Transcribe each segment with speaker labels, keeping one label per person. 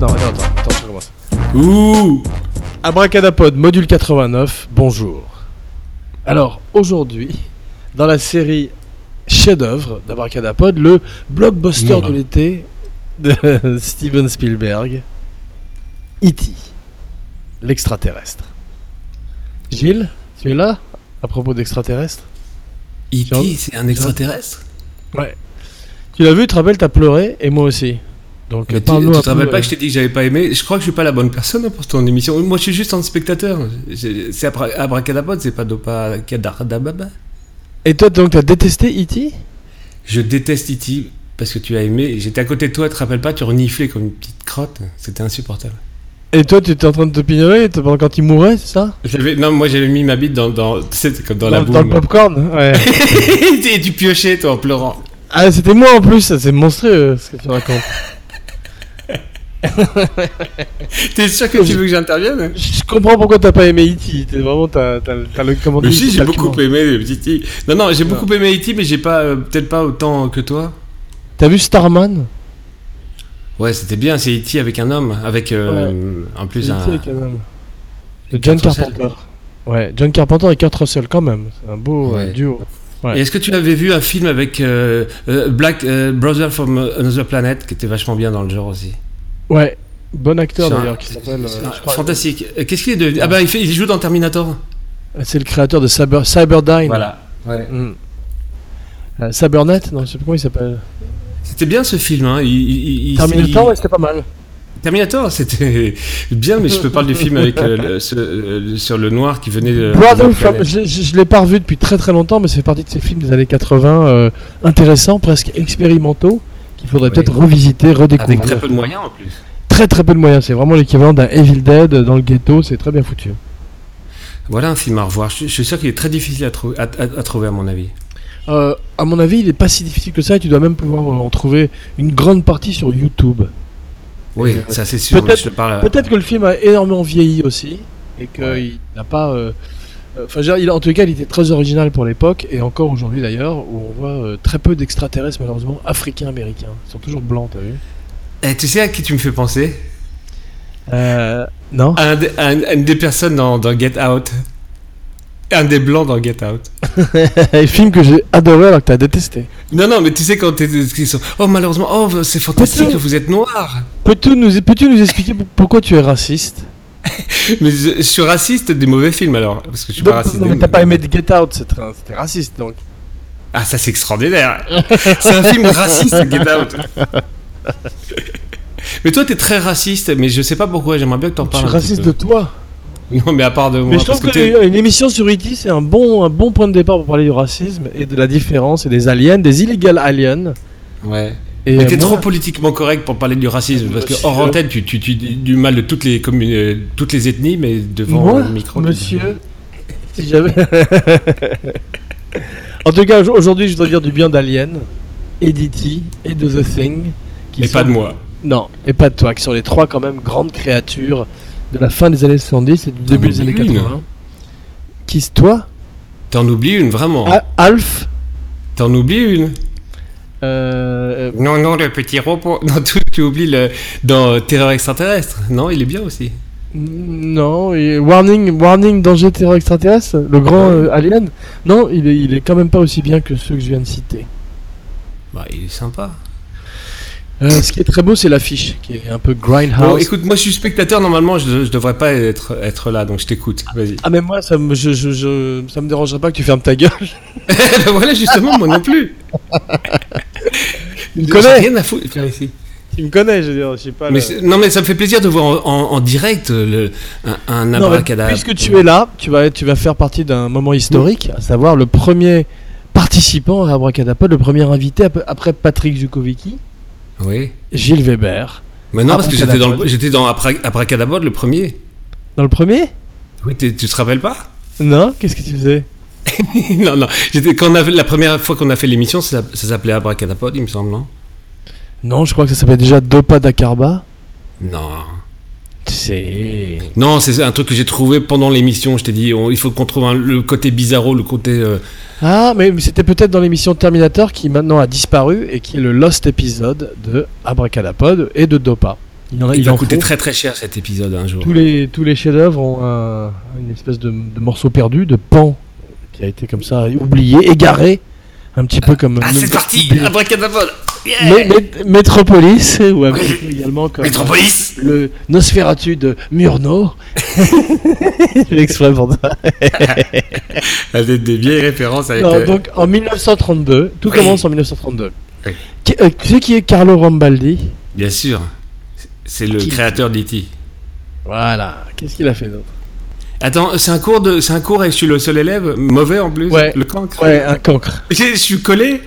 Speaker 1: Non, attends, attends, attends, je recommence. Ouh Abracadapod, module 89, bonjour. Alors, aujourd'hui, dans la série chef-d'œuvre d'Abracadapod, le blockbuster
Speaker 2: Merde.
Speaker 1: de l'été de Steven Spielberg, E.T., l'extraterrestre. Gilles, tu es là à propos d'extraterrestre
Speaker 2: E.T., E c'est un extraterrestre
Speaker 1: Ouais. Tu l'as vu, tu te rappelles, t'as pleuré, et moi aussi. Donc,
Speaker 2: Mais Bah, tu,
Speaker 1: parle-nous
Speaker 2: tu
Speaker 1: un
Speaker 2: te
Speaker 1: peu,
Speaker 2: rappelles pas
Speaker 1: euh,
Speaker 2: que je t'ai dit que j'avais pas aimé Je crois que je suis pas la bonne personne pour ton émission. Moi, je suis juste un spectateur. J'ai- C'est abra- abracadapod, c'est pas dopacadababa.
Speaker 1: Et toi, donc, t'as détesté E E.T.
Speaker 2: Je déteste E.T. parce que tu as aimé. J'étais à côté de toi, tu te rappelles pas Tu reniflais comme une petite crotte. C'était insupportable.
Speaker 1: Et toi, tu étais en train de t'opignoler t- pendant quand il mourait, c'est ça
Speaker 2: J'avais- Non, moi, j'avais mis ma bite dans, dans, tu sais, c'est comme dans, la boue.
Speaker 1: le popcorn ouais.
Speaker 2: Et tu piochais, toi, en pleurant.
Speaker 1: Ah, c'était moi en plus, ça, c'est monstrueux euh, ce que tu racontes.
Speaker 2: T'es sûr que tu veux que j'intervienne hein
Speaker 1: Je comprends pourquoi t'as pas aimé E.T. T'es vraiment, t'as, t'as, t'as le comment
Speaker 2: Mais
Speaker 1: dire,
Speaker 2: si,
Speaker 1: t'as
Speaker 2: j'ai
Speaker 1: le
Speaker 2: beaucoup
Speaker 1: cul. hein.
Speaker 2: aimé les petits. E Non, non, j'ai beaucoup aimé E.T., mais j'ai pas, euh, peut-être pas autant que toi.
Speaker 1: T'as vu Starman
Speaker 2: Ouais, c'était bien, c'est E.T. avec un homme, avec euh, en plus
Speaker 1: E.T.
Speaker 2: un.
Speaker 1: E avec un homme. De John
Speaker 2: Kurt Russell.
Speaker 1: Carpenter. Ouais, John Carpenter et Kurt Russell quand même. C'est un beau euh,
Speaker 2: Ouais.
Speaker 1: duo.
Speaker 2: Et Est-ce que tu avais vu un film avec euh, euh, Black euh, Brother from Another Planet qui était vachement bien dans le genre aussi
Speaker 1: Ouais, bon acteur
Speaker 2: C'est un-
Speaker 1: d'ailleurs qui s'appelle. euh,
Speaker 2: c'est
Speaker 1: je
Speaker 2: un-
Speaker 1: crois-
Speaker 2: Fantastique. Euh, Qu'est-ce qu'il est devenu Ah bah il, fait, il joue dans Terminator.
Speaker 1: Ah, C'est le créateur de Cyber, Cyberdyne.
Speaker 2: Voilà. Ouais.
Speaker 1: Hmm. Euh, Cybernet Non, je sais plus comment il s'appelle.
Speaker 2: C'était bien ce film. Hein. Il, il- il-
Speaker 1: Terminator,
Speaker 2: il-
Speaker 1: ouais, c'était pas mal.
Speaker 2: Terminator, c'était bien, mais je peux parler du film avec euh, le- ce- euh, le- sur le noir qui venait. de-
Speaker 1: Brother
Speaker 2: de-
Speaker 1: from- je, je- je l'ai pas revu depuis très très longtemps, mais c'est partie de ces films des années 80 euh, intéressants, presque expérimentaux, qu'il faudrait
Speaker 2: Oui.
Speaker 1: peut-être revisiter, redécouvrir.
Speaker 2: Avec très peu de moyens en plus.
Speaker 1: très très peu de moyens, c'est vraiment l'équivalent d'un Evil Dead dans le ghetto, c'est très bien foutu.
Speaker 2: Voilà un film à revoir. Je, je suis sûr qu'il est très difficile à, trou- à- à- à trouver à mon avis.
Speaker 1: Euh, à mon avis, il est pas si difficile que ça, et tu dois même pouvoir euh, en trouver une grande partie sur YouTube.
Speaker 2: Oui,
Speaker 1: Euh,
Speaker 2: ça c'est sûr.
Speaker 1: peut-être-
Speaker 2: Je te parle. à-
Speaker 1: Peut-être que le film a énormément vieilli aussi, et qu'il n'a pas. euh, euh, Enfin, je veux dire, il- en tout cas, il était très original pour l'époque, et encore aujourd'hui d'ailleurs, où on voit euh, très peu d'extraterrestres, malheureusement, africains-américains. Ils sont toujours blancs, t'as vu
Speaker 2: Eh, tu sais à qui tu me fais penser
Speaker 1: Euh. Non
Speaker 2: à, un des- à un- à une des personnes dans, dans Get Out. Un des blancs dans Get Out.
Speaker 1: Un film que j'ai adoré alors que t'as détesté.
Speaker 2: Non, non, mais tu sais quand t'es- ils sont. Oh, malheureusement, oh, c'est fantastique,
Speaker 1: Peut-être.
Speaker 2: vous êtes noir.
Speaker 1: Peux-tu nous, peux-tu nous expliquer pour- pourquoi tu es raciste
Speaker 2: Mais je, je suis raciste des mauvais films alors. Parce que je suis pas
Speaker 1: Donc,
Speaker 2: raciste.
Speaker 1: non,
Speaker 2: des-
Speaker 1: mais T'as pas aimé The Get Out, c'était un- c'était raciste donc.
Speaker 2: Ah, ça c'est extraordinaire. c'est un film raciste, Get Out. mais toi, t'es très raciste, mais je sais pas pourquoi, j'aimerais bien que t'en
Speaker 1: Tu
Speaker 2: parles.
Speaker 1: es
Speaker 2: un petit
Speaker 1: raciste
Speaker 2: peu.
Speaker 1: de toi.
Speaker 2: Non, mais à part de moi.
Speaker 1: Mais je
Speaker 2: parce
Speaker 1: trouve
Speaker 2: que t'es-
Speaker 1: qu'une émission sur E.T. c'est un bon, un bon point de départ pour parler du racisme et de la différence et des aliens, des illegal aliens.
Speaker 2: Ouais.
Speaker 1: Et
Speaker 2: Mais t'es
Speaker 1: euh,
Speaker 2: trop
Speaker 1: moi-
Speaker 2: politiquement correct pour parler du racisme, parce que hors
Speaker 1: Monsieur.
Speaker 2: antenne, tu, tu, tu dis du mal de toutes les, communes, euh, toutes les ethnies, mais devant
Speaker 1: Moi,
Speaker 2: le micro. tu-
Speaker 1: monsieur, si j'avais. en tout cas, aujourd'hui, je voudrais dire du bien d'Alien, et d'E.T. et de The Thing. qui
Speaker 2: Mais
Speaker 1: sont-
Speaker 2: pas de moi.
Speaker 1: Non, et pas de toi, qui sont les trois quand même grandes créatures de la fin des années 70 et du début
Speaker 2: Ah, mais
Speaker 1: des années
Speaker 2: une.
Speaker 1: 80. Qui c'est toi
Speaker 2: T'en oublies une, vraiment.
Speaker 1: Ah, Alf
Speaker 2: T'en oublies une.
Speaker 1: euh, euh,
Speaker 2: Non, non, le petit robot. Non, tu, tu oublies le. Dans euh, Terreur extraterrestre. Non, il est bien aussi.
Speaker 1: Non, et Warning, Warning, Danger, Terror extraterrestre Le grand euh, alien Non, il est, il est quand même pas aussi bien que ceux que je viens de citer.
Speaker 2: Bah, il est sympa.
Speaker 1: Euh, ce qui est très beau, c'est l'affiche, qui est un peu grindhouse.
Speaker 2: Bon, écoute, moi je suis spectateur, normalement je, je devrais pas être, être là, donc je t'écoute. Vas-y.
Speaker 1: ah mais moi ça me je, je, je- ça me dérangerait pas que tu fermes ta gueule.
Speaker 2: Eh ben voilà, justement, moi non plus.
Speaker 1: Tu me
Speaker 2: J'ai
Speaker 1: connais,
Speaker 2: rien à foutre. Tiens, ici.
Speaker 1: tu me connais, je veux dire, je sais pas.
Speaker 2: Mais
Speaker 1: le-
Speaker 2: c'est- non, mais ça me fait plaisir de voir en, en- en direct le, un, un
Speaker 1: Non, mais
Speaker 2: abracadabra.
Speaker 1: puisque tu es là, tu vas, tu vas faire partie d'un moment historique, à savoir le premier participant à Abracadapod, le premier invité ap- après Patrick Zukovicki,
Speaker 2: Oui.
Speaker 1: Gilles Weber.
Speaker 2: Mais non, parce que j'étais dans, le-
Speaker 1: Abracadabra.
Speaker 2: j'étais dans Abra- Abracadabra, le premier.
Speaker 1: Dans le premier
Speaker 2: Oui, t'es- tu te rappelles pas
Speaker 1: Non Qu'est-ce que tu faisais
Speaker 2: Non, non. J'étais, quand on a fait- la première fois qu'on a fait l'émission, ça, ça s'appelait Abracadabra, il me semble, non
Speaker 1: Non, je crois que ça s'appelle déjà Dopa Dakarba.
Speaker 2: Non.
Speaker 1: C'est.
Speaker 2: Non, c'est un truc que j'ai trouvé pendant l'émission. Je t'ai dit, on- il faut qu'on trouve un- le côté bizarro, le côté. euh,
Speaker 1: Ah, mais c'était peut-être dans l'émission Terminator qui maintenant a disparu et qui est le Lost épisode de Abracadapod et de Dopa. Il en a,
Speaker 2: Il,
Speaker 1: il
Speaker 2: va
Speaker 1: en
Speaker 2: coûter
Speaker 1: faut.
Speaker 2: très très cher cet épisode un jour.
Speaker 1: Tous les, tous les chefs-d'œuvre ont un- une espèce de, de morceau perdu, de pan, qui a été comme ça oublié, égaré, un petit peu comme.
Speaker 2: Ah, c'est parti Abracadabra yeah
Speaker 1: Mais- mais- Metropolis, ou un petit peu également comme.
Speaker 2: Metropolis
Speaker 1: le Nosferatu de Murnau. Je l'ai exprès pour toi.
Speaker 2: Avec Ah, des vieilles références avec...
Speaker 1: Non,
Speaker 2: euh,
Speaker 1: donc en 1932, tout
Speaker 2: Oui.
Speaker 1: commence en 1932.
Speaker 2: Oui.
Speaker 1: Qui- euh, tu sais qui est Carlo Rambaldi
Speaker 2: Bien sûr. C'est le
Speaker 1: Qui-
Speaker 2: créateur d'E.T.
Speaker 1: Voilà. Qu'est-ce qu'il a fait d'autre
Speaker 2: Attends, c'est un cours de, c'est un cours et je suis le seul élève, mauvais en plus,
Speaker 1: Ouais.
Speaker 2: le cancre.
Speaker 1: Ouais, un cancre.
Speaker 2: Je, je suis collé.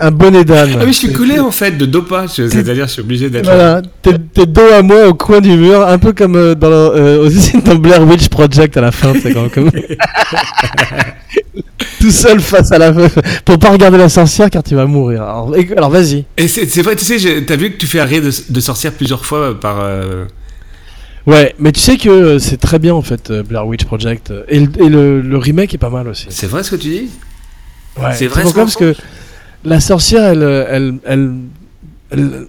Speaker 1: Un bonnet d'âne.
Speaker 2: Ah oui, je suis collé en fait de dopage, c'est-à-dire je suis obligé d'être.
Speaker 1: Voilà, t'es t'es dos à moi au coin du mur, un peu comme euh, dans, le- euh, aux usines dans Blair Witch Project à la fin, c'est quand comme tout seul face à la pour pas regarder la sorcière car tu vas mourir. Alors, éc- alors vas-y.
Speaker 2: Et c'est, c'est vrai, tu sais, j'ai- t'as vu que tu fais arrêt de, de sorcière plusieurs fois par. euh,
Speaker 1: Ouais, mais tu sais que euh, c'est très bien en fait euh, Blair Witch Project euh, et, le, et le- le remake est pas mal aussi.
Speaker 2: C'est vrai ce que tu dis
Speaker 1: Ouais,
Speaker 2: c'est vrai,
Speaker 1: pourquoi parce
Speaker 2: ce
Speaker 1: que la sorcière elle euh, elle elle, elle-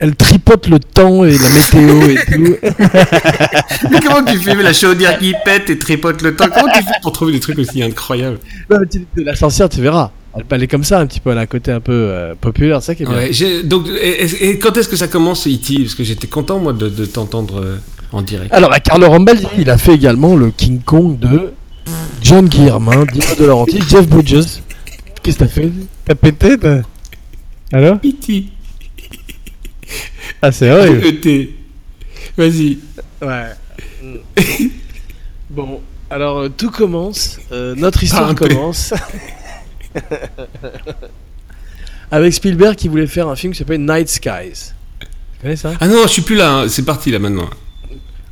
Speaker 1: elle tripote le temps et la météo et tout.
Speaker 2: Mais comment tu fais la chaudière qui pète et tripote le temps Comment tu fais pour trouver des trucs aussi incroyables
Speaker 1: Non, mais tu- la sorcière, tu verras. Elle, elle est comme ça, un petit peu. Elle a un côté un peu euh, populaire, c'est ça qui est bien.
Speaker 2: Ouais, j'ai- donc, et, et- et quand est-ce que ça commence E.T. Parce que j'étais content moi de, de t'entendre euh, en direct.
Speaker 1: Alors, à Carlo Rambaldi, il a fait également le King Kong de John Guillermin, Dino De Laurentiis, Jeff Bridges. Qu'est-ce que t'as fait T'as pété t'as- Alors
Speaker 2: E.T.
Speaker 1: Ah, c'est horrible.
Speaker 2: E.T. E Vas-y.
Speaker 1: Ouais. Mm. bon, alors, euh, tout commence. euh, notre histoire
Speaker 2: un peu.
Speaker 1: commence. Avec Spielberg qui voulait faire un film qui s'appelle Night Skies. Tu connais ça
Speaker 2: Ah non, je suis plus là. hein. C'est parti là maintenant.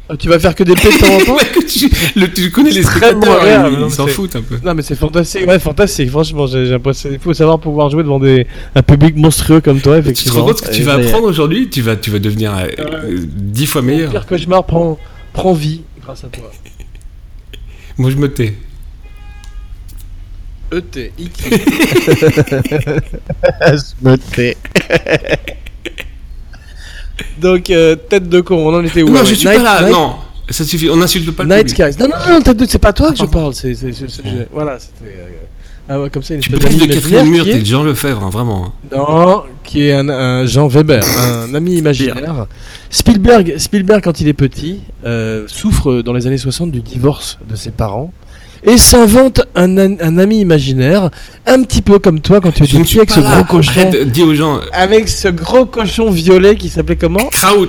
Speaker 1: Ah, Tu vas faire que des pets de temps en temps
Speaker 2: Ouais, que tu, le- tu connais les
Speaker 1: Extrêmement
Speaker 2: spectateurs,
Speaker 1: agréable,
Speaker 2: ils-
Speaker 1: non,
Speaker 2: ils s'en
Speaker 1: c'est-
Speaker 2: foutent un peu.
Speaker 1: Non mais c'est fantastique, ouais fantastique, franchement j'ai j'ai l'impression il faut savoir pouvoir jouer devant des, un public monstrueux comme toi
Speaker 2: Tu te
Speaker 1: effectivement.
Speaker 2: rends compte que tu
Speaker 1: Et
Speaker 2: vas
Speaker 1: ça y est.
Speaker 2: apprendre aujourd'hui, tu vas, tu vas devenir euh, euh, dix fois
Speaker 1: Mon
Speaker 2: meilleur.
Speaker 1: pire cauchemar prend, prend vie grâce à toi.
Speaker 2: Moi, je me tais.
Speaker 1: ET, Je me tais. Donc euh, tête de con, on en était où
Speaker 2: non,
Speaker 1: ouais,
Speaker 2: je suis
Speaker 1: Night-
Speaker 2: pas là.
Speaker 1: Night-
Speaker 2: Non, ça suffit. On insulte pas le
Speaker 1: Night
Speaker 2: public.
Speaker 1: Skies. Non, non, non, tête de... c'est pas toi que je parle, c'est c'est- c'est- c'est- je- Voilà, c'était... euh, Ah ouais, comme ça, une
Speaker 2: Tu
Speaker 1: espèce
Speaker 2: brises le
Speaker 1: d'anime
Speaker 2: quatrième mur,
Speaker 1: qui est-
Speaker 2: t'es Jean Lefebvre, hein, vraiment.
Speaker 1: Non, qui est un, un Jean Weber, un ami imaginaire. Spielberg, Spielberg quand il est petit, euh, souffre dans les années 60 du divorce de ses parents et s'invente un, an- un ami imaginaire, un petit peu comme toi quand tu étais
Speaker 2: ne
Speaker 1: petit avec ce
Speaker 2: là.
Speaker 1: gros cochon.
Speaker 2: Arrête, dis aux gens, euh,
Speaker 1: Avec ce gros cochon violet qui s'appelait comment
Speaker 2: Kraut.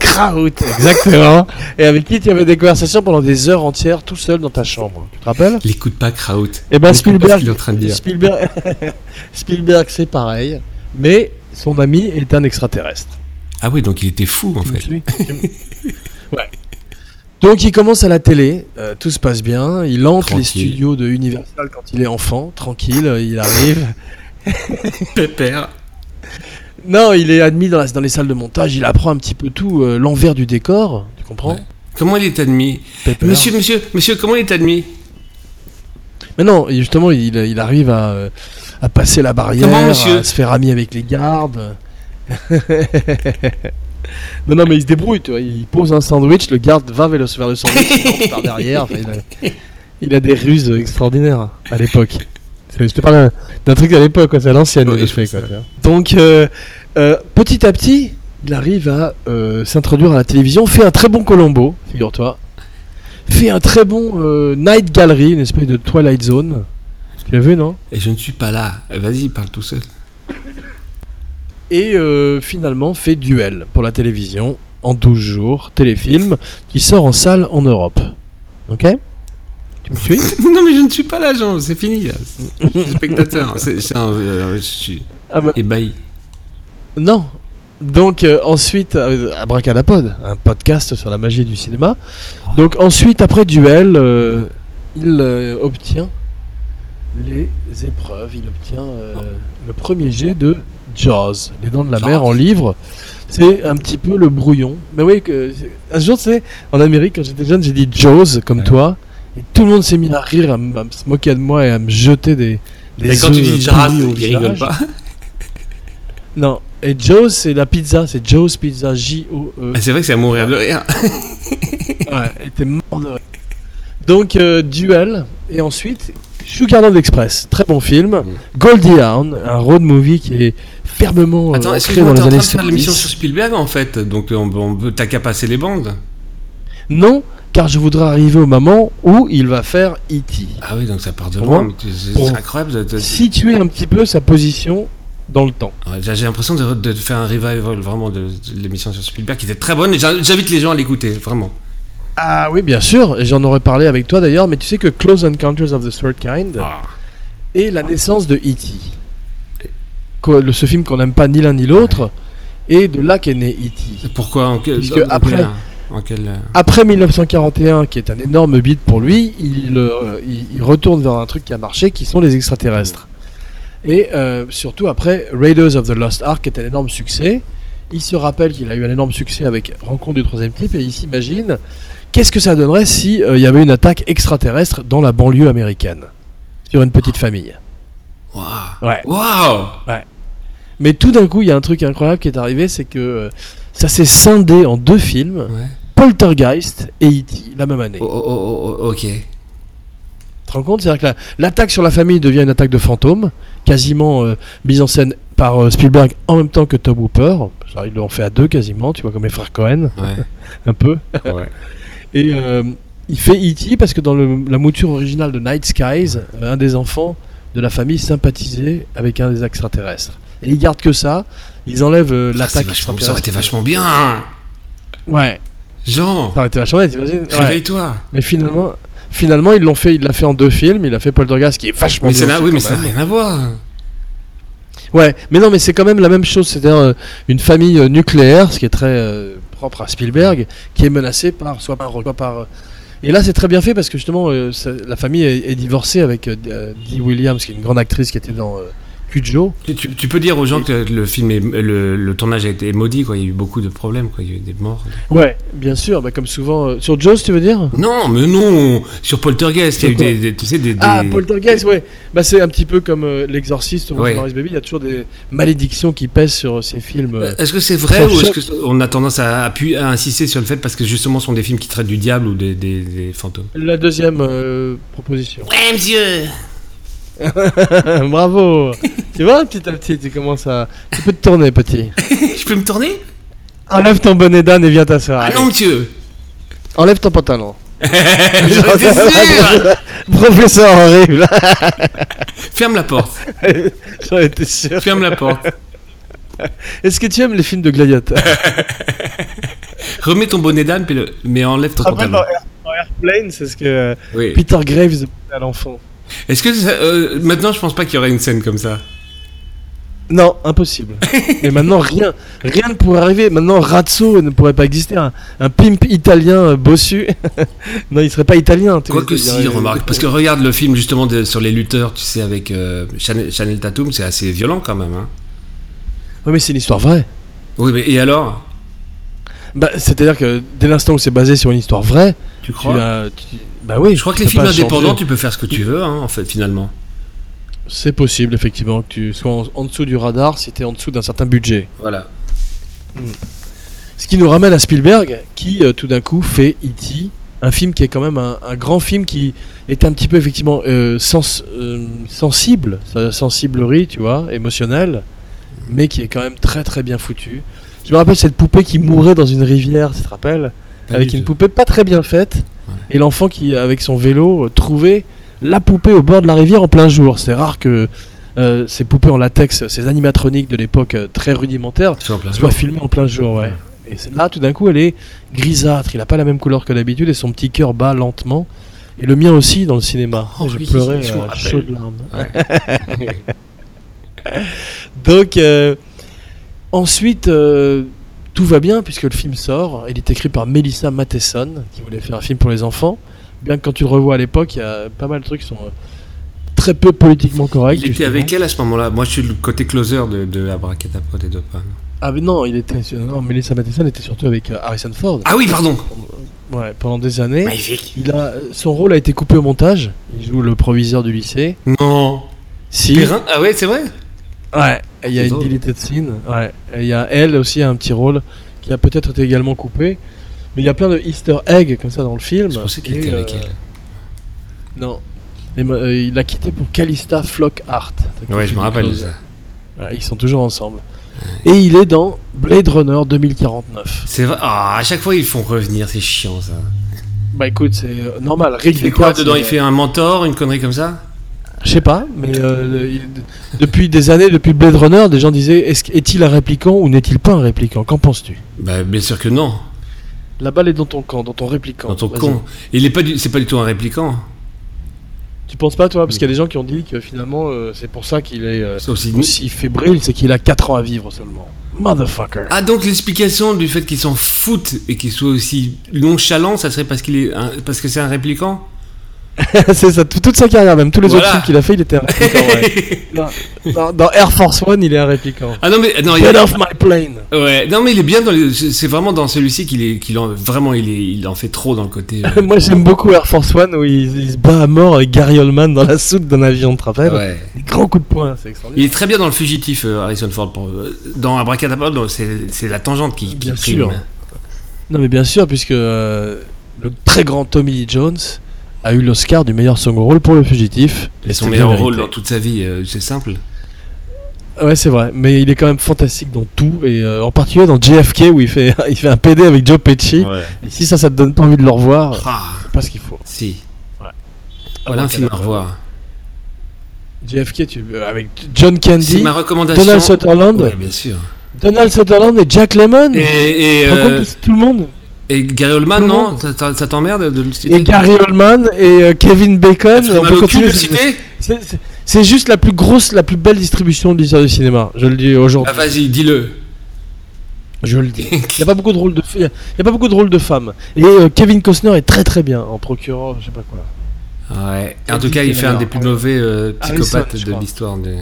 Speaker 1: Kraut, exactement. Et avec qui tu avais des conversations pendant des heures entières tout seul dans ta chambre. Tu te rappelles
Speaker 2: L'écoute pas, Kraut.
Speaker 1: Eh ben
Speaker 2: Je comprends
Speaker 1: Spielberg,
Speaker 2: pas ce qu'il est en train de dire.
Speaker 1: Spielberg, Spielberg, c'est pareil, mais son ami est un extraterrestre.
Speaker 2: Ah oui, donc il était fou en
Speaker 1: Tu me
Speaker 2: fait.
Speaker 1: suis Ouais. Donc il commence à la télé, euh, tout se passe bien, il hante les
Speaker 2: Tranquille.
Speaker 1: studios de Universal quand il est enfant, tranquille, euh, il arrive.
Speaker 2: Pépère.
Speaker 1: Non, il est admis dans, la- dans les salles de montage, il apprend un petit peu tout, euh, l'envers du décor, tu comprends
Speaker 2: Comment il est admis
Speaker 1: Pepper.
Speaker 2: Monsieur, monsieur, monsieur, comment il est admis
Speaker 1: Mais non, et justement, il, il arrive à, euh, à passer la barrière,
Speaker 2: Comment, monsieur
Speaker 1: à se faire ami avec les gardes. non, non, mais il se débrouille, tu vois. Il pose un sandwich, le garde va vers le, vers le sandwich, il rentre par derrière. Enfin, il, a, il a des ruses extraordinaires à l'époque. C'est- Je te parle d'un- d'un truc à l'époque, quoi, c'est à l'ancienne
Speaker 2: Oui,
Speaker 1: que je fais,
Speaker 2: c'est
Speaker 1: quoi, tu vois. Donc, euh, euh, petit à petit, il arrive à euh, s'introduire à la télévision, fait un très bon Colombo, figure-toi. Fait un très bon euh, Night Gallery, une espèce de Twilight Zone. Tu l'as vu, non
Speaker 2: Et Eh, je ne suis pas là. Vas-y, parle tout seul.
Speaker 1: Et euh, finalement fait Duel pour la télévision en 12 jours, téléfilm, qui sort en salle en Europe. Ok Tu me suis
Speaker 2: Non mais je ne suis pas là, Jean, c'est fini. là. Je suis spectateur. hein, C'est- c'est un- euh, je suis
Speaker 1: Ah bah,
Speaker 2: ébahi.
Speaker 1: Non. Donc euh, ensuite, euh, Abracadapod, un podcast sur la magie du cinéma. Donc ensuite, après duel, euh, il euh, obtient les épreuves. Il obtient euh, le premier jet de Jaws, les dents de la
Speaker 2: Jaws.
Speaker 1: mer en livre. C'est un petit peu le brouillon. Mais oui, que, un jour, tu sais, en Amérique, quand j'étais jeune, j'ai dit Jaws comme
Speaker 2: Ouais.
Speaker 1: toi. Et tout le monde s'est mis à rire, à, m- à se moquer de moi et à me jeter des. des
Speaker 2: Et quand tu
Speaker 1: œufs
Speaker 2: dis Jaras,
Speaker 1: pourris au
Speaker 2: il rigole
Speaker 1: visage.
Speaker 2: pas.
Speaker 1: Non, Et Joe's, c'est la pizza, c'est Joe's Pizza, J-O-E.
Speaker 2: Ah, c'est vrai que c'est à mourir de rire.
Speaker 1: Ouais, elle était mort de rire. Donc, euh, Duel, et ensuite, Sugarland Express, très bon film. Goldie Hawn, un road movie qui est fermement euh,
Speaker 2: Attends, est-ce que
Speaker 1: ancré
Speaker 2: t'es en
Speaker 1: dans les années
Speaker 2: train de faire l'émission
Speaker 1: 70.
Speaker 2: sur Spielberg en fait Donc on, on peut- t'as qu'à passer les bandes.
Speaker 1: Non, car je voudrais arriver au moment où il va faire E E.T.
Speaker 2: Ah oui, donc ça part de
Speaker 1: Pour
Speaker 2: loin.
Speaker 1: moi.
Speaker 2: mais tu- C'est
Speaker 1: Pour-
Speaker 2: c'est incroyable. de- de-
Speaker 1: Situer un petit peu sa position dans le temps.
Speaker 2: Ouais, J'ai j'ai l'impression de, de faire un revival vraiment de, de l'émission sur Spielberg qui était très bonne. et j'in- J'invite les gens à l'écouter, vraiment.
Speaker 1: Ah oui, bien sûr, et j'en aurais parlé avec toi d'ailleurs, mais tu sais que Close Encounters of the Third Kind
Speaker 2: Ah.
Speaker 1: est la naissance de E.T. Quoi, le- Ce film qu'on n'aime pas ni l'un ni l'autre, et de là qu'est né E E.T.
Speaker 2: Pourquoi en quel,
Speaker 1: Puisque
Speaker 2: en- en
Speaker 1: après-
Speaker 2: quel- en quel, euh,
Speaker 1: Après 1941, qui est un énorme beat pour lui, il, euh, il- il retourne vers un truc qui a marché, qui sont les extraterrestres. Et euh, surtout après Raiders of the Lost Ark, qui est un énorme succès. Il se rappelle qu'il a eu un énorme succès avec Rencontre du troisième type, et il s'imagine qu'est-ce que ça donnerait si euh, il y avait une attaque extraterrestre dans la banlieue américaine sur une petite famille.
Speaker 2: Waouh
Speaker 1: Ouais.
Speaker 2: Waouh
Speaker 1: Mais tout d'un coup, il y a un truc incroyable qui est arrivé, c'est que euh, ça s'est scindé en deux films,
Speaker 2: Ouais.
Speaker 1: Poltergeist et E.T. la même année.
Speaker 2: Oh, oh, oh, oh, ok.
Speaker 1: Tu te rends compte C'est-à-dire que la- l'attaque sur la famille devient une attaque de fantôme, quasiment euh, mise en scène par euh, Spielberg en même temps que Tom Hooper. Ça, Ils l'ont fait à deux quasiment, tu vois, comme les frères Cohen,
Speaker 2: Ouais.
Speaker 1: un peu.
Speaker 2: ouais.
Speaker 1: Et euh, il fait E.T. parce que dans le- la mouture originale de Night Skies, euh, un des enfants de la famille sympathisait avec un des extraterrestres. Et ils gardent que ça, ils enlèvent euh,
Speaker 2: Ah, c'est
Speaker 1: l'attaque
Speaker 2: vachement- ça aurait
Speaker 1: extraterrestre.
Speaker 2: été vachement bien hein.
Speaker 1: Ouais,
Speaker 2: Jean
Speaker 1: ça aurait été vachement bien, t'imagines Ouais.
Speaker 2: Réveille-toi
Speaker 1: Mais finalement, finalement ils l'ont fait, il l'a fait en deux films, il a fait Poltergeist qui est vachement
Speaker 2: Mais
Speaker 1: bien
Speaker 2: ça n'a
Speaker 1: aussi,
Speaker 2: oui, mais
Speaker 1: quand
Speaker 2: ça n'a
Speaker 1: même.
Speaker 2: rien à voir
Speaker 1: Ouais, mais non, mais c'est quand même la même chose. C'est-à-dire euh, une famille euh, nucléaire, ce qui est très euh, propre à Spielberg, qui est menacée par soit par soit par. euh, Et là, c'est très bien fait parce que justement, euh, ça- la famille est, est divorcée avec euh, euh, Dee Williams, qui est une grande actrice qui était dans euh, Cujo.
Speaker 2: tu, tu- tu peux dire aux gens que le film, est, le, le tournage a été maudit, quoi. Il y a eu beaucoup de problèmes, quoi. Il y a eu des morts.
Speaker 1: Ouais, bien sûr, bah, comme souvent euh, sur Jaws, tu veux dire
Speaker 2: Non, mais non Sur Poltergeist, il y a eu
Speaker 1: Sur quoi
Speaker 2: des, des- tu sais, des...
Speaker 1: Ah,
Speaker 2: des-
Speaker 1: Poltergeist, ouais. Bah, c'est un petit peu comme euh, L'Exorciste ou
Speaker 2: Ouais.
Speaker 1: Rosemary's Baby. Il y a toujours des malédictions qui pèsent sur ces films. euh,
Speaker 2: Est-ce que c'est vrai
Speaker 1: Sur
Speaker 2: ou est-ce
Speaker 1: chaque-
Speaker 2: qu'on a tendance à, appu- à insister sur le fait parce que justement ce sont des films qui traitent du diable ou des, des- des fantômes
Speaker 1: La deuxième euh, proposition.
Speaker 2: Ouais, monsieur
Speaker 1: Bravo Tu vois, petit à petit, tu commences à... Tu peux te tourner, petit.
Speaker 2: Je peux me tourner
Speaker 1: Enlève ton bonnet d'âne et viens t'asseoir.
Speaker 2: Ah
Speaker 1: Allez.
Speaker 2: non, monsieur
Speaker 1: Enlève ton pantalon.
Speaker 2: J'en étais sûr
Speaker 1: Professeur horrible
Speaker 2: Ferme la porte
Speaker 1: J'en étais sûr.
Speaker 2: Ferme la porte
Speaker 1: Est-ce que tu aimes les films de gladiateurs
Speaker 2: Remets ton bonnet d'âne, puis le- mais enlève ton pantalon.
Speaker 1: Airplane, c'est ce que euh,
Speaker 2: Oui.
Speaker 1: Peter Graves demandait à l'enfant.
Speaker 2: Est-ce que ça- euh, maintenant je pense pas qu'il y aurait une scène comme ça
Speaker 1: Non, impossible. Et maintenant, rien, rien ne pourrait arriver. Maintenant, Razzo ne pourrait pas exister. Un, un pimp italien euh, bossu. non, il serait pas italien. tu vois,
Speaker 2: Quoique
Speaker 1: il y
Speaker 2: si,
Speaker 1: aurait-
Speaker 2: remarque, parce que regarde le film justement de- sur les lutteurs, tu sais, avec euh, Chanel, Chanel Tatum, c'est assez violent quand même. Hein.
Speaker 1: Ouais, mais c'est une histoire vraie.
Speaker 2: Oui, mais et alors
Speaker 1: Bah, c'est-à-dire que dès l'instant où c'est basé sur une histoire vraie,
Speaker 2: Tu
Speaker 1: tu as. tu- Bah oui.
Speaker 2: Je crois que
Speaker 1: ça
Speaker 2: les films
Speaker 1: peut pas changer.
Speaker 2: indépendants, tu peux faire ce que tu veux, hein, en fait, finalement.
Speaker 1: C'est possible, effectivement, que tu sois en, en dessous du radar si t'es en dessous d'un certain budget.
Speaker 2: Voilà.
Speaker 1: Ce qui nous ramène à Spielberg, qui euh, tout d'un coup fait E.T., un film qui est quand même un, un grand film qui est un petit peu effectivement euh, sens, euh, sensible, sa sensiblerie, tu vois, émotionnelle, mais qui est quand même très très bien foutu. Je me rappelle cette poupée qui mourait dans une rivière, tu te rappelles avec une poupée pas très bien faite et l'enfant qui avec son vélo euh, trouvait la poupée au bord de la rivière en plein jour. C'est rare que euh, ces poupées en latex, ces animatroniques de l'époque euh, très rudimentaires
Speaker 2: C'est en plein jour.
Speaker 1: soient filmées en plein jour, ouais. Et c'est- là tout d'un coup elle est grisâtre, il a pas la même couleur que d'habitude et son petit cœur bat lentement. Et le mien aussi dans le cinéma.
Speaker 2: Oh
Speaker 1: je
Speaker 2: oui,
Speaker 1: pleurais
Speaker 2: je me
Speaker 1: euh,
Speaker 2: rappelle.
Speaker 1: chaud de larmes.
Speaker 2: Ouais.
Speaker 1: Donc, euh, ensuite, euh, tout va bien puisque le film sort. Il est écrit par Melissa Matheson, qui voulait faire un film pour les enfants. Bien que quand tu le revois à l'époque, il y a pas mal de trucs qui sont euh, très peu politiquement corrects.
Speaker 2: Il était
Speaker 1: justement.
Speaker 2: avec elle à ce moment-là. Moi, je suis le côté closer de, de Abracadapod et Dopin.
Speaker 1: Ah, mais non, il était, non, Melissa Matheson était surtout avec euh, Harrison Ford.
Speaker 2: Ah oui, pardon
Speaker 1: Ouais, pendant des années.
Speaker 2: Magnifique
Speaker 1: Il a, son rôle a été coupé au montage. Il Bah, joue le proviseur du lycée.
Speaker 2: Non
Speaker 1: Si.
Speaker 2: Perrin Ah ouais, c'est vrai
Speaker 1: Ouais. Et Il y a
Speaker 2: Les
Speaker 1: une
Speaker 2: autres.
Speaker 1: deleted scene. Ouais. Et Il y a elle aussi a un petit rôle qui a peut-être été également coupé. Mais il y a plein de Easter eggs comme ça dans le film.
Speaker 2: Je pensais qu'il
Speaker 1: Et,
Speaker 2: était
Speaker 1: euh,
Speaker 2: avec elle.
Speaker 1: Non. Et, mo- euh, il l'a quitté pour Calista Flockhart.
Speaker 2: Ouais, je me rappelle de ça.
Speaker 1: Voilà, ils sont toujours ensemble. Et il est dans Blade Runner 2049.
Speaker 2: C'est vrai. Ah, à chaque fois, ils font revenir, c'est chiant ça.
Speaker 1: Bah écoute, c'est euh, normal. Rick
Speaker 2: Il fait quoi
Speaker 1: Deckard,
Speaker 2: dedans Il
Speaker 1: c'est-
Speaker 2: fait un mentor, une connerie comme ça
Speaker 1: Je sais pas, mais euh, le- il- depuis des années, depuis Blade Runner, des gens disaient est-ce que- est-il un répliquant ou n'est-il pas un répliquant Qu'en penses-tu
Speaker 2: Bah, bien sûr que non.
Speaker 1: La balle est dans ton camp, dans ton répliquant.
Speaker 2: Dans ton
Speaker 1: Vas-y.
Speaker 2: con. Il est pas du, c'est pas du tout un répliquant.
Speaker 1: Tu penses pas, toi Parce qu'il y a des gens qui ont dit que finalement, euh, c'est pour ça qu'il est euh,
Speaker 2: Sauf si-
Speaker 1: aussi fébrile, c'est qu'il a 4 ans à vivre seulement. Motherfucker.
Speaker 2: Ah, donc l'explication du fait qu'il s'en foute et qu'il soit aussi nonchalant, ça serait parce qu'il est, un- parce que c'est un répliquant
Speaker 1: c'est ça, tout- toute sa carrière, même tous les
Speaker 2: Voilà.
Speaker 1: autres films qu'il a fait, il était un répliquant. ouais. dans, dans Air Force One, il est un répliquant.
Speaker 2: Ah non mais non, il
Speaker 1: Get
Speaker 2: est-
Speaker 1: off my plane
Speaker 2: ouais, non mais il est bien dans les- c'est vraiment dans celui-ci qu'il est, qu'il en, vraiment il est, il en fait trop dans le côté. euh,
Speaker 1: Moi j'aime beaucoup Air Force One où il, il se bat à mort avec Gary Oldman dans la soute d'un avion de travers.
Speaker 2: ouais.
Speaker 1: Des grands coups de poing, c'est extraordinaire.
Speaker 2: Il est très bien dans le fugitif euh, Harrison Ford. Pour, euh, dans Abracadabra, c'est, c'est la tangente qui, qui
Speaker 1: Bien
Speaker 2: prime.
Speaker 1: sûr. Non mais bien sûr, puisque euh, le très grand Tommy Lee Jones a eu l'Oscar du meilleur second rôle pour Le Fugitif.
Speaker 2: Et son
Speaker 1: C'est
Speaker 2: meilleur
Speaker 1: bien
Speaker 2: rôle dans
Speaker 1: mérité.
Speaker 2: toute sa vie, euh, c'est simple.
Speaker 1: Ouais c'est vrai, mais il est quand même fantastique dans tout, et euh, en particulier dans JFK où il fait, il fait un PD avec Joe Pesci. Et si ça, ça te donne pas envie de le revoir,
Speaker 2: Ah,
Speaker 1: c'est pas ce qu'il faut.
Speaker 2: si.
Speaker 1: Abracadabra.
Speaker 2: Voilà un film à revoir.
Speaker 1: JFK tu, euh, avec John
Speaker 2: C'est
Speaker 1: Candy,
Speaker 2: ma recommandation.
Speaker 1: Donald Sutherland,
Speaker 2: Ouais, bien sûr.
Speaker 1: Donald Sutherland et Jack Lemmon.
Speaker 2: Et, et,
Speaker 1: Tu te rends compte
Speaker 2: euh,
Speaker 1: que c'est tout le monde
Speaker 2: et Gary Oldman,
Speaker 1: Tout le
Speaker 2: non
Speaker 1: monde.
Speaker 2: ça, ça- ça t'emmerde de le citer
Speaker 1: Et Gary Oldman et euh, Kevin Bacon.
Speaker 2: Tu
Speaker 1: on
Speaker 2: as
Speaker 1: peut
Speaker 2: mal au cul de
Speaker 1: continuer,
Speaker 2: le
Speaker 1: c'est-
Speaker 2: citer
Speaker 1: c'est- c'est- C'est juste la plus grosse, la plus belle distribution de l'histoire du cinéma. Je le dis
Speaker 2: Ah,
Speaker 1: aujourd'hui.
Speaker 2: vas-y, dis-le.
Speaker 1: Je le dis. Il n'y a pas beaucoup de rôles de, il y a- il y a pas beaucoup de rôles de femmes. Et euh, Kevin Costner est très très bien en procureur, je sais pas quoi.
Speaker 2: Ouais. En tout cas, il fait un des plus mauvais euh, psychopathes
Speaker 1: Harrison, je
Speaker 2: de
Speaker 1: crois.
Speaker 2: l'histoire de,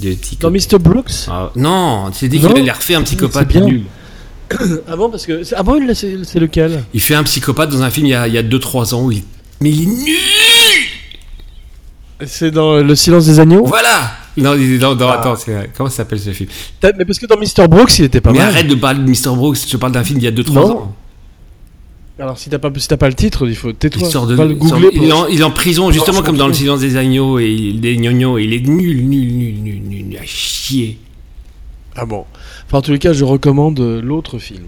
Speaker 2: des psychopathes.
Speaker 1: Dans Mr Brooks.
Speaker 2: Ah, non, c'est dit
Speaker 1: Non.
Speaker 2: qu'il allait refaire un psychopathe
Speaker 1: bien.
Speaker 2: nul.
Speaker 1: Avant parce que c'est- avant il l'a- c'est c'est lequel
Speaker 2: Il fait un psychopathe dans un film il y a, il y a 2-3 ans où il. Mais il est nul
Speaker 1: C'est dans euh, Le Silence des agneaux.
Speaker 2: Voilà Non, il est dans- dans- attends, c'est- comment ça s'appelle ce film
Speaker 1: T'as- Mais parce que dans Mr Brooks il était pas
Speaker 2: Mais
Speaker 1: mal.
Speaker 2: arrête de parler de Mr. Brooks, je te parle d'un film il y a 2-3
Speaker 1: Non.
Speaker 2: ans.
Speaker 1: Alors si t'as pas si t'as pas le titre, il faut tais-toi.
Speaker 2: Histoire de-
Speaker 1: Faut pas le
Speaker 2: il sort-
Speaker 1: googler.
Speaker 2: il, est en, il est en prison, justement,
Speaker 1: je
Speaker 2: comme dans
Speaker 1: comprends.
Speaker 2: Le silence des agneaux et il- des gnognos, et il est nul, nul, nul, nul, nul, nul, à chier.
Speaker 1: Ah bon. Enfin, en tous les cas, je recommande euh, l'autre film.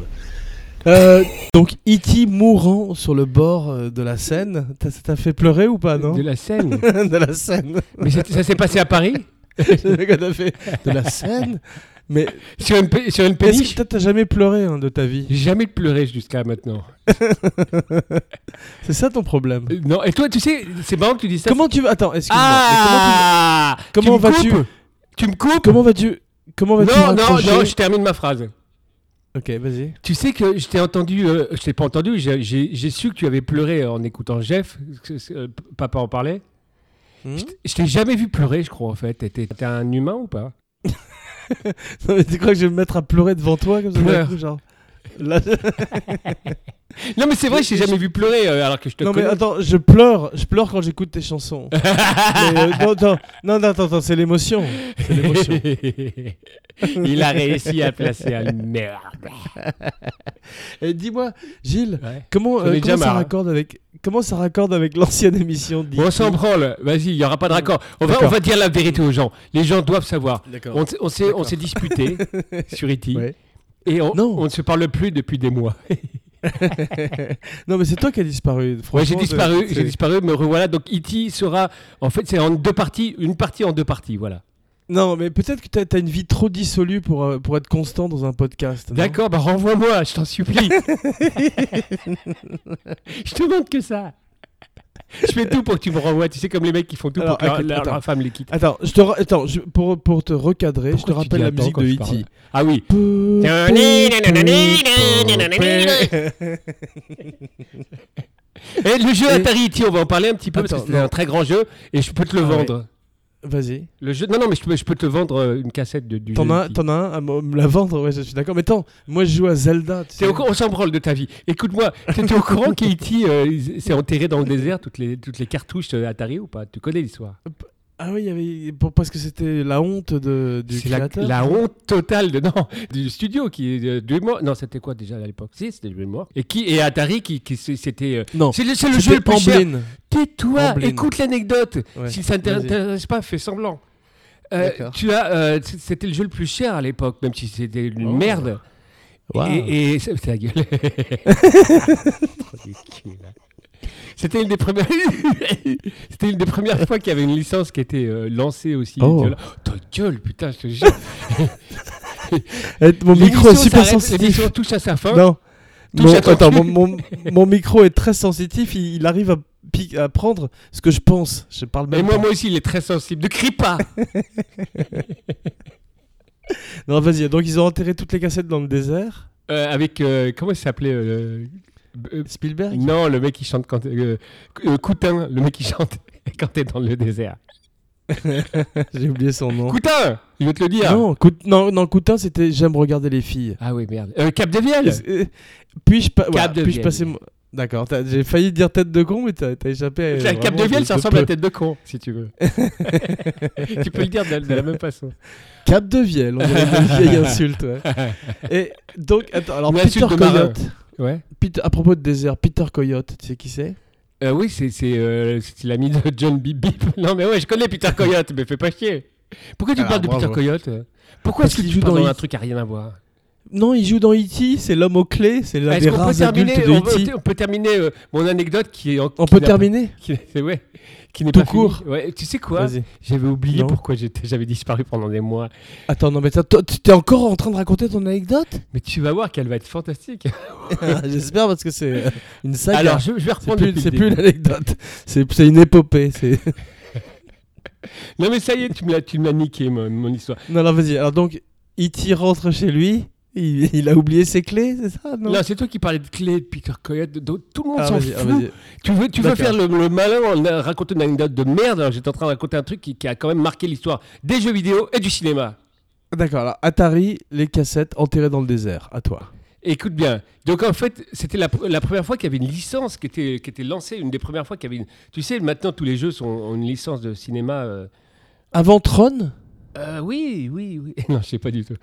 Speaker 1: Euh, donc, E.T. mourant sur le bord euh, de la Seine, t'as- ça t'a fait pleurer ou pas, non
Speaker 3: de la Seine.
Speaker 1: De la Seine.
Speaker 3: Mais c'est- ça s'est passé à Paris
Speaker 1: Le mec, on a fait de la Seine Mais
Speaker 3: sur une, pe- sur une
Speaker 1: est-ce
Speaker 3: péniche.
Speaker 1: que toi, t'as jamais pleuré hein, de ta vie
Speaker 3: J'ai jamais pleuré jusqu'à maintenant.
Speaker 1: C'est ça ton problème
Speaker 3: Euh, Non, et toi, tu sais, c'est marrant que tu dis ça.
Speaker 1: Comment tu vas... Attends, excuse-moi. mais
Speaker 3: ah
Speaker 1: Comment
Speaker 3: Tu me
Speaker 1: vas-tu
Speaker 3: coupes Tu me coupes
Speaker 1: Comment vas-tu... Comment vas-tu
Speaker 3: Non, non,
Speaker 1: raccrocher
Speaker 3: non, je termine ma phrase.
Speaker 1: Ok, vas-y.
Speaker 3: Tu sais que je t'ai entendu, euh, je t'ai pas entendu, j'ai- j'ai j'ai su que tu avais pleuré en écoutant Jeff, que- que- euh, p- papa en parlait.
Speaker 1: Hmm
Speaker 3: Je t- Je t'ai jamais vu pleurer, je crois, en fait. T'es- T'es t'es un humain ou pas
Speaker 1: Non, mais tu crois que je vais me mettre à pleurer devant toi comme ça d'un
Speaker 3: Pleure.
Speaker 1: coup, genre Là,
Speaker 3: Non, mais c'est vrai, je t'ai jamais vu pleurer euh, alors que je te
Speaker 1: Non mais
Speaker 3: connais.
Speaker 1: attends, je pleure, je pleure quand j'écoute tes chansons. Mais, euh, non, non, non, non, attends, attends, c'est l'émotion. C'est l'émotion.
Speaker 3: Il a réussi à placer un merde.
Speaker 1: Et Eh, dis-moi, Gilles,
Speaker 3: Ouais.
Speaker 1: comment,
Speaker 3: J'en
Speaker 1: euh,
Speaker 3: ai déjà
Speaker 1: comment ça
Speaker 3: marre, hein.
Speaker 1: raccorde avec comment ça raccorde avec l'ancienne émission
Speaker 3: Bon, on s'en branle, vas-y, il n'y aura pas de raccord. On va,
Speaker 1: D'accord.
Speaker 3: on va dire la vérité aux gens. Les gens doivent savoir.
Speaker 1: D'accord.
Speaker 3: On, s'est- on s'est on
Speaker 1: D'accord.
Speaker 3: s'est disputé sur E.T.
Speaker 1: Ouais.
Speaker 3: et on,
Speaker 1: Non.
Speaker 3: on ne se parle plus depuis des mois.
Speaker 1: non mais c'est toi qui as disparu.
Speaker 3: Ouais,
Speaker 1: franchement,
Speaker 3: j'ai
Speaker 1: c'est-
Speaker 3: disparu,
Speaker 1: c'est-
Speaker 3: j'ai disparu, me revoilà. Donc E.T. sera, en fait, c'est en deux parties, une partie en deux parties, voilà.
Speaker 1: Non mais peut-être que t'as as une vie trop dissolue pour euh, pour être constant dans un podcast. non
Speaker 3: D'accord, bah renvoie-moi, je t'en supplie. je te demande que ça. Je fais tout pour que tu me renvoies. Tu sais, comme les mecs qui font tout
Speaker 1: Alors,
Speaker 3: pour que leur-
Speaker 1: écoute,
Speaker 3: leur,
Speaker 1: attends.
Speaker 3: leur femme les quitte.
Speaker 1: Attends, je te ra- attends je- pour pour te recadrer, je te
Speaker 3: Pourquoi tu
Speaker 1: rappelle
Speaker 3: dis
Speaker 1: la
Speaker 3: attends
Speaker 1: musique
Speaker 3: quand
Speaker 1: de E
Speaker 3: je
Speaker 1: E.T.
Speaker 3: Ah oui. Et Eh, le jeu
Speaker 1: Et- Ah,
Speaker 3: Atari E.T., on va en parler un petit peu parce
Speaker 1: Attends,
Speaker 3: que c'était
Speaker 1: non.
Speaker 3: un très grand jeu et je peux te le
Speaker 1: Ah ouais.
Speaker 3: vendre.
Speaker 1: Vas-y.
Speaker 3: Le jeu... Non, non, mais je peux, je peux te vendre euh, une cassette de, du
Speaker 1: T'en
Speaker 3: jeu.
Speaker 1: as,
Speaker 3: E.T..
Speaker 1: t'en as un à me me la vendre, ouais, je suis d'accord. Mais attends, moi je joue à Zelda. tu
Speaker 3: T'es
Speaker 1: sais.
Speaker 3: au cou- on s'en branle de ta vie. Écoute-moi, t'étais au courant qu'E.T. euh, s'est enterré dans le désert toutes les, toutes les cartouches euh, Atari ou pas Tu connais l'histoire
Speaker 1: Ah oui, il y avait... pour- parce que c'était la honte de, du
Speaker 2: C'est la,
Speaker 1: créateur.
Speaker 2: la honte totale de, non, du studio qui est Dreamworks. Non, c'était quoi déjà à l'époque Si, c'était Dreamworks. Et qui et Atari qui, qui s- c'était. euh,
Speaker 1: Non,
Speaker 2: C'est le, c'est le
Speaker 1: Oh, c'était
Speaker 2: jeu le plus cher.
Speaker 1: Amblin.
Speaker 2: Tais-toi,
Speaker 1: Amblin.
Speaker 2: écoute l'anecdote.
Speaker 1: Ouais,
Speaker 2: Si ça ne t'intéresse pas, fais semblant. Euh,
Speaker 1: D'accord.
Speaker 2: tu as, euh, c- c'était le jeu le plus cher à l'époque, même si c'était une
Speaker 1: Oh.
Speaker 2: merde.
Speaker 1: Wow.
Speaker 2: Et, et c'est ta gueule. C'était une des premières. C'était une des premières fois qu'il y avait une licence qui était euh, lancée aussi.
Speaker 1: Oh.
Speaker 2: violent. Ta gueule, putain, je te jure.
Speaker 1: Eh, Mon micro est
Speaker 2: L'émission
Speaker 1: super
Speaker 2: s'arrête,
Speaker 1: sensitif.
Speaker 2: L'émission touche à sa fin.
Speaker 1: Non.
Speaker 2: Touche
Speaker 1: Mon,
Speaker 2: à ton
Speaker 1: attends, mon,
Speaker 2: cul.
Speaker 1: mon- mon micro est très sensitif, il, il arrive à, pi- à prendre ce que je pense. Je parle
Speaker 2: Et
Speaker 1: même
Speaker 2: moi,
Speaker 1: pas.
Speaker 2: moi aussi, il est très sensible. Ne crie pas.
Speaker 1: Non, vas-y. Donc ils ont enterré toutes les cassettes dans le désert.
Speaker 2: Euh, avec euh, comment il s'appelait euh, le- euh,
Speaker 1: Spielberg.
Speaker 2: Non, le mec qui chante quand euh, euh, Coutin, le mec qui chante quand t'es dans le désert.
Speaker 1: J'ai oublié son nom.
Speaker 2: Coutin, je vais te le dire.
Speaker 1: Oh. Non, Cout- non, non, Coutin, c'était j'aime regarder les filles.
Speaker 2: Ah oui, merde. Euh, Cap de Vielle.
Speaker 1: Est-ce- euh, Puis-je pa- voilà,
Speaker 2: de
Speaker 1: puis-je
Speaker 2: Vielle.
Speaker 1: passer mon- D'accord, t'as- j'ai failli dire tête de con, mais t'as t'as échappé. euh,
Speaker 2: La Cap
Speaker 1: vraiment
Speaker 2: de Vielle, ça
Speaker 1: de
Speaker 2: ressemble à
Speaker 1: peu.
Speaker 2: tête de con, si tu veux. tu peux le dire de, de la même façon.
Speaker 1: Cap de Vielle, on dirait une vieille insulte. ouais. Et donc, attends, alors
Speaker 2: Une
Speaker 1: Peter
Speaker 2: insulte de marin.
Speaker 1: Coyote.
Speaker 2: Ouais.
Speaker 1: Peter- à propos de désert, Peter Coyote, tu sais qui c'est
Speaker 2: Euh, oui, c'est c'est, euh, c'est l'ami de John Bip Bip. Non, mais ouais, je connais Peter Coyote, mais fais pas chier. Pourquoi tu
Speaker 1: Alors,
Speaker 2: parles de
Speaker 1: Ah, bravo.
Speaker 2: Peter Coyote hein Pourquoi
Speaker 1: Parce
Speaker 2: est-ce que
Speaker 1: qu'il
Speaker 2: tu
Speaker 1: joue
Speaker 2: parles
Speaker 1: dans
Speaker 2: dans un
Speaker 1: E.T.
Speaker 2: truc à rien à voir
Speaker 1: Non, il joue dans E.T., c'est l'homme aux clés, c'est l'un
Speaker 2: Est-ce
Speaker 1: des
Speaker 2: qu'on peut
Speaker 1: rares
Speaker 2: terminer,
Speaker 1: adultes de E
Speaker 2: on, peut-
Speaker 1: E.T.
Speaker 2: on peut terminer euh, mon anecdote qui est en-
Speaker 1: On
Speaker 2: qui
Speaker 1: peut
Speaker 2: n'a-
Speaker 1: terminer
Speaker 2: qui, c'est- ouais, qui n'est
Speaker 1: Tout
Speaker 2: pas
Speaker 1: court.
Speaker 2: finie. Ouais, tu sais quoi
Speaker 1: Vas-y.
Speaker 2: J'avais oublié
Speaker 1: Non.
Speaker 2: pourquoi j'étais- j'avais disparu pendant des mois.
Speaker 1: Attends, non, mais t'as- toi, tu t'es encore en train de raconter ton anecdote
Speaker 2: Mais tu vas voir qu'elle va être fantastique.
Speaker 1: J'espère, parce que c'est euh, une saga.
Speaker 2: Alors, je, je vais
Speaker 1: c'est
Speaker 2: reprendre
Speaker 1: plus,
Speaker 2: depuis le
Speaker 1: c'est
Speaker 2: début.
Speaker 1: plus une anecdote, c'est c'est une épopée. c'est-
Speaker 2: Non mais ça y est, tu me l'as, tu me l'as niqué mon, mon histoire.
Speaker 1: Non, alors vas-y. Alors donc, E.T. rentre chez lui, il, il a oublié ses clés, c'est ça Non,
Speaker 2: Non, c'est toi qui parlais de clé, de Peter Coyote, de, de- tout le monde
Speaker 1: Ah,
Speaker 2: s'en
Speaker 1: vas-y,
Speaker 2: fout.
Speaker 1: ah, vas-y.
Speaker 2: tu veux, tu veux
Speaker 1: D'accord.
Speaker 2: faire le, le malin en euh, racontant une anecdote de merde. alors J'étais en train de raconter un truc qui, qui a quand même marqué l'histoire des jeux vidéo et du cinéma.
Speaker 1: D'accord, alors Atari, les cassettes enterrées dans le désert, à toi.
Speaker 2: Écoute bien. Donc en fait, c'était la, pr- la première fois qu'il y avait une licence qui était, qui était lancée, une des premières fois qu'il y avait une... Tu sais, maintenant tous les jeux sont, ont une licence de cinéma. euh,
Speaker 1: Avant Tron
Speaker 2: Euh, oui, oui, oui. Non, je sais pas du tout.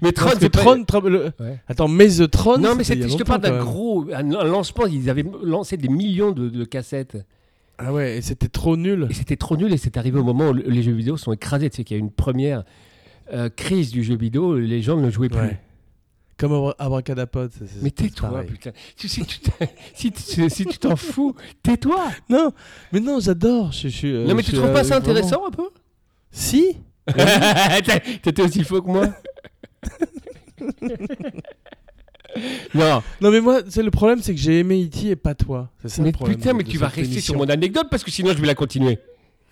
Speaker 2: mais Tron,
Speaker 1: Parce que
Speaker 2: c'est pas-
Speaker 1: Tron, Tron, le-
Speaker 2: Ouais.
Speaker 1: Attends, mais The Tron
Speaker 2: Non, mais
Speaker 1: Oh, c'était il y a
Speaker 2: c'était- je te parle
Speaker 1: longtemps,
Speaker 2: d'un
Speaker 1: quand même.
Speaker 2: gros un un lancement. Ils avaient lancé des millions de, de cassettes.
Speaker 1: Ah ouais, et c'était trop nul.
Speaker 2: Et c'était trop nul. Et c'est arrivé au moment où le- les jeux vidéo sont écrasés. Tu sais qu'il y a eu une première euh, crise du jeu vidéo. Les gens ne jouaient plus.
Speaker 1: Ouais. Comme Abra- Abracadapod. c'est- c'est-
Speaker 2: Mais
Speaker 1: c'est
Speaker 2: tais-toi,
Speaker 1: pareil.
Speaker 2: putain. Tu sais, tu t'en- si tu si tu t'en fous, tais-toi.
Speaker 1: Non, mais non, j'adore. Je, je suis, euh,
Speaker 2: non, mais
Speaker 1: je
Speaker 2: tu
Speaker 1: suis,
Speaker 2: trouves
Speaker 1: euh,
Speaker 2: pas ça
Speaker 1: vraiment-
Speaker 2: intéressant un peu
Speaker 1: Si
Speaker 2: T'as- T'étais aussi faux que moi Non,
Speaker 1: Non, mais moi, c'est le problème, c'est que j'ai aimé E E.T. et pas toi. C'est ça
Speaker 2: mais
Speaker 1: le problème.
Speaker 2: putain,
Speaker 1: de-
Speaker 2: mais
Speaker 1: de
Speaker 2: tu vas
Speaker 1: cette
Speaker 2: rester
Speaker 1: émission.
Speaker 2: sur mon anecdote parce que sinon je vais la continuer.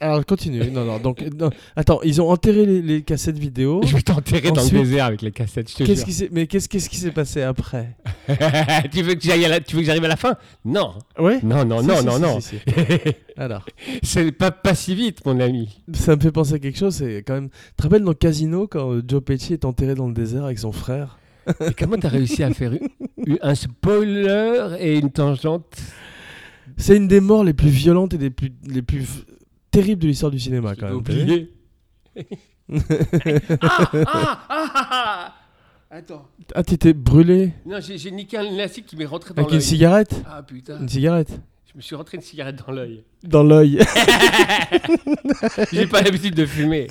Speaker 1: Alors, continue. Non, non, donc, euh, non. Attends, ils ont enterré les, les cassettes vidéo.
Speaker 2: Je vais t'enterrer dans le
Speaker 1: Ensuite-
Speaker 2: désert avec les cassettes, je te
Speaker 1: Qu'est-ce
Speaker 2: jure.
Speaker 1: qui s'est... Mais qu'est-ce, qu'est-ce qui s'est passé après
Speaker 2: tu veux que j'aille à la- tu veux que j'arrive à la fin Non,
Speaker 1: Ouais
Speaker 2: non, non,
Speaker 1: Si,
Speaker 2: non,
Speaker 1: si,
Speaker 2: non,
Speaker 1: si,
Speaker 2: non.
Speaker 1: si, si. Alors,
Speaker 2: C'est pas, pas si vite, mon ami.
Speaker 1: ça me fait penser à quelque chose. C'est quand même. Tu te rappelles dans Casino quand euh, Joe Pesci est enterré dans le désert avec son frère
Speaker 2: Et comment t'as réussi à faire une- une- un spoiler et une tangente
Speaker 1: C'est une des morts les plus violentes et des plus, les plus f- terribles de l'histoire du cinéma, quand
Speaker 2: J'ai
Speaker 1: même.
Speaker 2: oublié. ah, ah, ah, ah, ah. Attends.
Speaker 1: Ah, t'étais brûlé
Speaker 2: Non, j'ai j'ai niqué un élastique qui m'est rentré dans
Speaker 1: avec une
Speaker 2: l'œil.
Speaker 1: cigarette
Speaker 2: Ah putain,
Speaker 1: Une cigarette
Speaker 2: je me suis rentré une cigarette dans l'œil.
Speaker 1: Dans l'œil.
Speaker 2: J'ai pas l'habitude de fumer.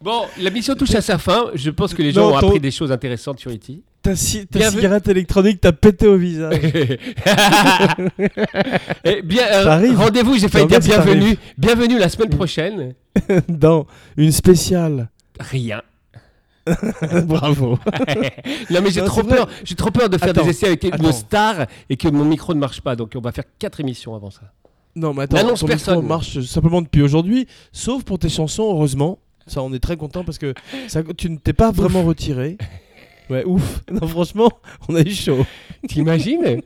Speaker 2: Bon, la mission touche à sa fin. Je pense que les gens
Speaker 1: Non,
Speaker 2: ont
Speaker 1: ton-
Speaker 2: appris des choses intéressantes sur E E.T.
Speaker 1: Ta, ci- ta
Speaker 2: Bien vu.
Speaker 1: cigarette électronique t'a pété au visage.
Speaker 2: Eh bien, euh,
Speaker 1: Ça arrive.
Speaker 2: rendez-vous, j'ai failli
Speaker 1: Non, mais
Speaker 2: dire
Speaker 1: ça
Speaker 2: bienvenue. Bienvenue la semaine prochaine.
Speaker 1: dans une spéciale.
Speaker 2: Rien.
Speaker 1: Bravo.
Speaker 2: Non mais j'ai
Speaker 1: Non,
Speaker 2: trop
Speaker 1: c'est vrai.
Speaker 2: peur, j'ai trop peur de faire
Speaker 1: Attends,
Speaker 2: des essais avec
Speaker 1: attends.
Speaker 2: une star et que mon micro ne marche pas. Donc on va faire quatre émissions avant ça.
Speaker 1: Non, mais attends,
Speaker 2: N'annonce
Speaker 1: ton micro
Speaker 2: personne.
Speaker 1: marche simplement depuis aujourd'hui, sauf pour tes chansons, heureusement. Ça, on est très content parce que ça, tu ne t'es pas vraiment retiré. Ouais, ouf. Non, franchement, on a eu chaud.
Speaker 2: T'imagines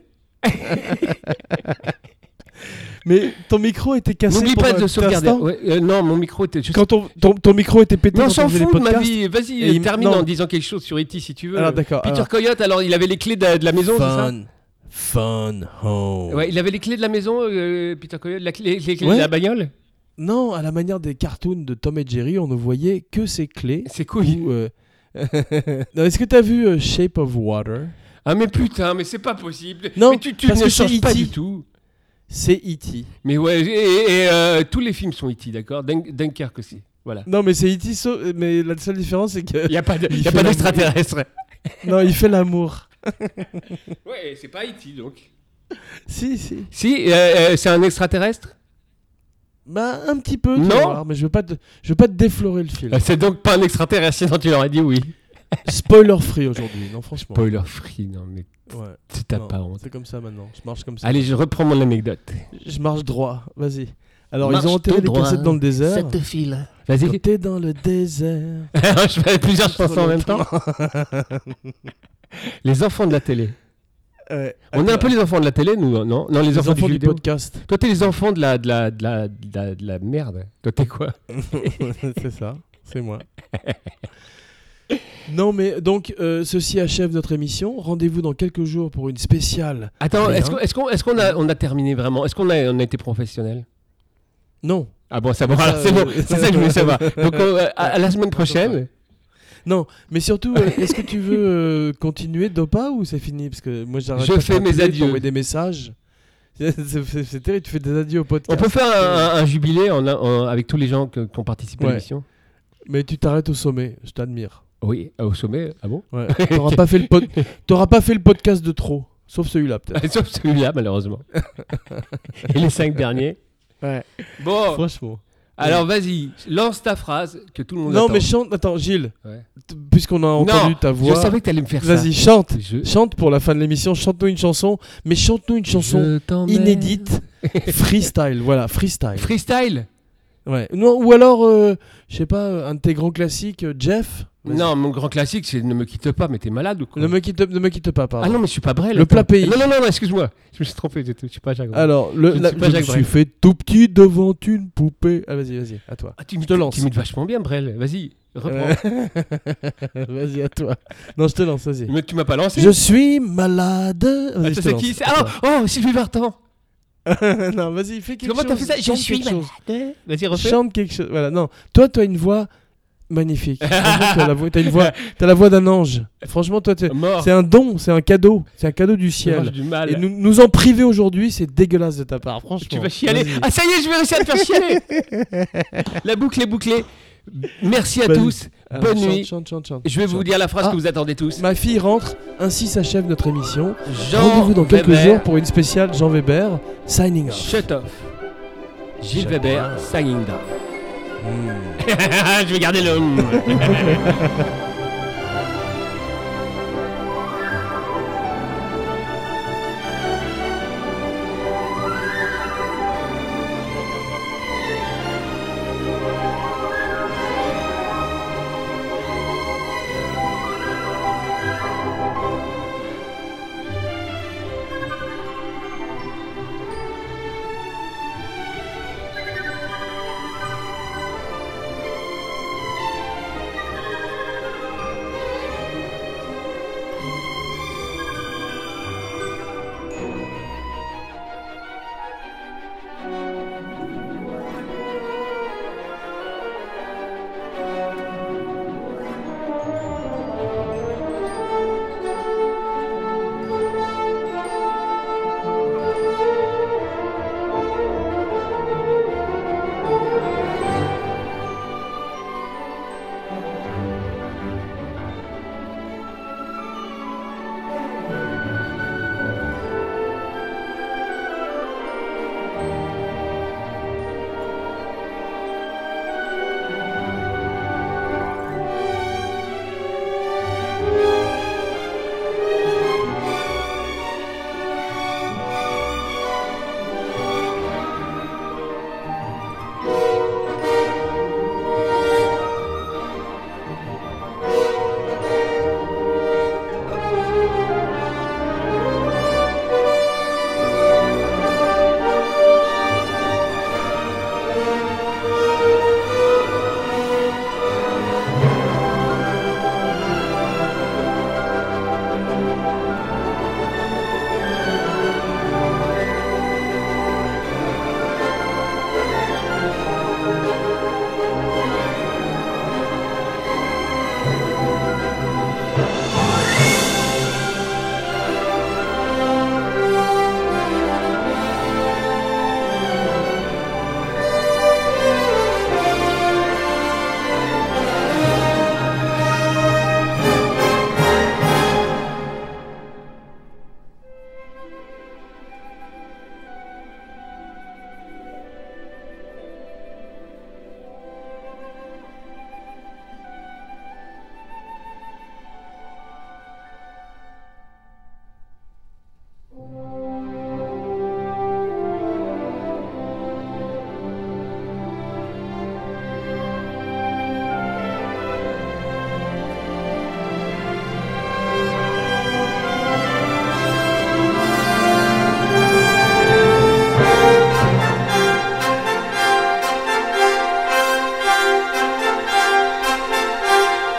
Speaker 1: Mais ton micro était cassé.
Speaker 2: N'oublie
Speaker 1: pendant
Speaker 2: pas
Speaker 1: un
Speaker 2: de
Speaker 1: petit
Speaker 2: sauvegarder.
Speaker 1: instant.
Speaker 2: Ouais, euh, non, mon micro était juste.
Speaker 1: Quand ton, ton, ton micro était pété,
Speaker 2: Mais on
Speaker 1: quand
Speaker 2: s'en
Speaker 1: faisait les
Speaker 2: fout de ma
Speaker 1: podcasts,
Speaker 2: vie. Vas-y,
Speaker 1: Et il-
Speaker 2: euh, termine
Speaker 1: non.
Speaker 2: en disant quelque chose sur E.T. si tu veux.
Speaker 1: Alors d'accord.
Speaker 2: Ah, bah, Peter
Speaker 1: alors-
Speaker 2: Coyote, alors il avait les clés de, de la maison, c'est ça
Speaker 1: Fun Fun Home.
Speaker 2: Ouais, il avait les clés de la maison, euh, Peter Coyote, la clé- les clés
Speaker 1: Ouais.
Speaker 2: de la bagnole
Speaker 1: Non, à la manière des cartoons de Tom et Jerry, on ne voyait que ses clés.
Speaker 2: C'est cool.
Speaker 1: Ou, euh, non, est-ce que t'as vu euh, Shape of Water
Speaker 2: Ah, mais putain, mais c'est pas possible.
Speaker 1: Non,
Speaker 2: mais tu, tu
Speaker 1: parce
Speaker 2: ne
Speaker 1: que c'est
Speaker 2: changes pas
Speaker 1: E.T..
Speaker 2: du tout.
Speaker 1: C'est
Speaker 2: E
Speaker 1: E.T.
Speaker 2: Mais ouais, et, et, euh, tous les films sont E.T., d'accord Dun- Dunkerque aussi. Voilà.
Speaker 1: Non, mais c'est E.T. sau- Mais la seule différence, c'est que
Speaker 2: Il n'y a pas de-
Speaker 1: Il
Speaker 2: y a
Speaker 1: fait
Speaker 2: pas
Speaker 1: la-
Speaker 2: d'extraterrestre.
Speaker 1: non, il fait l'amour.
Speaker 2: Ouais, c'est pas E.T. donc.
Speaker 1: Si, si.
Speaker 2: Si, euh, euh, c'est un extraterrestre
Speaker 1: Bah un petit peu. tu
Speaker 2: Non.
Speaker 1: vas voir, mais je veux pas te, je veux pas te déflorer le film.
Speaker 2: Euh, C'est donc pas un extraterrestre, sinon tu l'aurais dit oui.
Speaker 1: Spoiler free aujourd'hui, non franchement.
Speaker 2: Spoiler free, non mais
Speaker 1: Ouais.
Speaker 2: tu t'as
Speaker 1: non,
Speaker 2: pas honte.
Speaker 1: C'est comme ça maintenant. Je marche comme ça.
Speaker 2: Allez, je reprends mon anecdote.
Speaker 1: Je marche droit. Vas-y. Alors
Speaker 2: Marche
Speaker 1: ils ont enterré
Speaker 2: tout
Speaker 1: les
Speaker 2: droit.
Speaker 1: cassettes dans le désert.
Speaker 2: file.
Speaker 1: Quand
Speaker 2: Vas-y.
Speaker 1: t'es dans le désert.
Speaker 2: je fais plusieurs chansons en même temps. les enfants de la télé.
Speaker 1: Ouais.
Speaker 2: On est un peu les enfants de la télé, nous, non Non, les,
Speaker 1: Euh, les
Speaker 2: enfants,
Speaker 1: enfants du
Speaker 2: du, vidéo.
Speaker 1: podcast.
Speaker 2: Toi, t'es les enfants de la, de la, de la, de la, de la merde. Toi, t'es quoi
Speaker 1: c'est ça, c'est moi. Non mais donc euh, ceci achève notre émission. Rendez-vous dans quelques jours pour une spéciale.
Speaker 2: Attends,
Speaker 1: Rien.
Speaker 2: est-ce qu'on est-ce qu'on- est-ce qu'on a, on a terminé vraiment Est-ce qu'on a, on a été professionnel
Speaker 1: Non,
Speaker 2: Ah bon, ça bon,
Speaker 1: Ça,
Speaker 2: alors c'est bon,
Speaker 1: euh,
Speaker 2: c'est ça que je voulais savoir. Donc, on- à, à la semaine prochaine.
Speaker 1: non. Mais surtout, euh, est-ce que tu veux euh, continuer Dopa ou c'est fini Parce que moi j'arrête.
Speaker 2: Je
Speaker 1: pas de
Speaker 2: fais mes
Speaker 1: t'appeler,
Speaker 2: adieux.
Speaker 1: t'envoyer des messages. C'est c'est- c'est terrible. Tu fais des adieux au
Speaker 2: On
Speaker 1: podcast.
Speaker 2: peut faire un, un- un jubilé en- en- avec tous les gens que- qui ont participé
Speaker 1: Ouais.
Speaker 2: à l'émission
Speaker 1: Mais tu t'arrêtes au sommet. Je t'admire.
Speaker 2: Oui, au sommet, ah bon
Speaker 1: Ouais. T'auras pas fait le pod- T'auras pas fait le podcast de trop, sauf celui-là peut-être.
Speaker 2: Sauf celui-là, malheureusement. Et les cinq derniers.
Speaker 1: Ouais.
Speaker 2: Bon,
Speaker 1: Franchement.
Speaker 2: alors vas-y, lance ta phrase que tout le monde
Speaker 1: Non
Speaker 2: attend.
Speaker 1: mais chante. Attends, Gilles.
Speaker 2: Ouais.
Speaker 1: t- Puisqu'on a entendu
Speaker 2: Non,
Speaker 1: ta voix.
Speaker 2: Je savais que t'allais me faire ça.
Speaker 1: Vas-y, chante.
Speaker 2: Je-
Speaker 1: Chante pour la fin de l'émission, chante-nous une chanson, mais chante-nous une chanson
Speaker 2: Je t'emmène.
Speaker 1: inédite, freestyle, voilà, freestyle.
Speaker 2: Freestyle
Speaker 1: Ouais. Non, ou alors, euh, je sais pas, euh, un de tes grands classiques, euh, Jeff Vas-y.
Speaker 2: Non, mon grand classique, c'est Ne me quitte pas, mais t'es malade ou quoi
Speaker 1: Ne me quitte, ne me quitte pas, pardon.
Speaker 2: Ah non, mais je suis pas Brel.
Speaker 1: Le
Speaker 2: attends.
Speaker 1: plat pays.
Speaker 2: Non, non, non, non, excuse-moi. Je me suis trompé, je je suis pas Jacques. Brel.
Speaker 1: Alors, le,
Speaker 2: Je ne
Speaker 1: la-
Speaker 2: suis pas
Speaker 1: je me
Speaker 2: Jacques
Speaker 1: suis
Speaker 2: Brel.
Speaker 1: fait tout petit devant une poupée. Ah, vas-y, vas-y, à toi.
Speaker 2: Ah, tu imites-
Speaker 1: te lance.
Speaker 2: Tu imites vachement bien, Brel. Vas-y, reprends.
Speaker 1: vas-y, à toi. Non, je te lance, vas-y.
Speaker 2: Mais tu m'as pas lancé.
Speaker 1: Je suis malade. Vas-y,
Speaker 2: Ah,
Speaker 1: je te
Speaker 2: ça, c'est
Speaker 1: lance.
Speaker 2: qui c'est- Ah, oh, Sylvie Vartan.
Speaker 1: non, vas-y, fais quelque
Speaker 2: Comment
Speaker 1: chose.
Speaker 2: t'as fait ça Je
Speaker 1: chante
Speaker 2: suis
Speaker 1: quelque chose.
Speaker 2: malade. Vas-y, refais.
Speaker 1: Chante quelque chose. Voilà, non. Toi, tu as une voix magnifique. Franchement, t'as la voix, t'as une voix, t'as la voix d'un ange. Franchement, toi, t'es-
Speaker 2: Mort.
Speaker 1: c'est un don, c'est un cadeau, c'est un cadeau du
Speaker 2: Tu manges
Speaker 1: ciel.
Speaker 2: du Oh. mal.
Speaker 1: Et nous, nous en priver aujourd'hui, c'est dégueulasse de ta part, franchement.
Speaker 2: Tu vas chialer.
Speaker 1: Vas-y.
Speaker 2: Ah, ça y est, je vais réussir à te faire chialer. La boucle est bouclée. Merci à
Speaker 1: Vas-y.
Speaker 2: tous.
Speaker 1: Alors,
Speaker 2: Ah, bonne
Speaker 1: Ah, chante,
Speaker 2: nuit.
Speaker 1: Chante, chante, chante.
Speaker 2: Je vais vous dire la phrase
Speaker 1: Ah.
Speaker 2: que vous attendez tous.
Speaker 1: Ma fille rentre, ainsi s'achève notre émission.
Speaker 2: Jean
Speaker 1: Rendez-vous dans quelques
Speaker 2: Weber,
Speaker 1: jours pour une spéciale Jean Weber, signing off.
Speaker 2: Shut off. Gilles
Speaker 1: Shut
Speaker 2: Weber, signing down. je vais garder l'homme.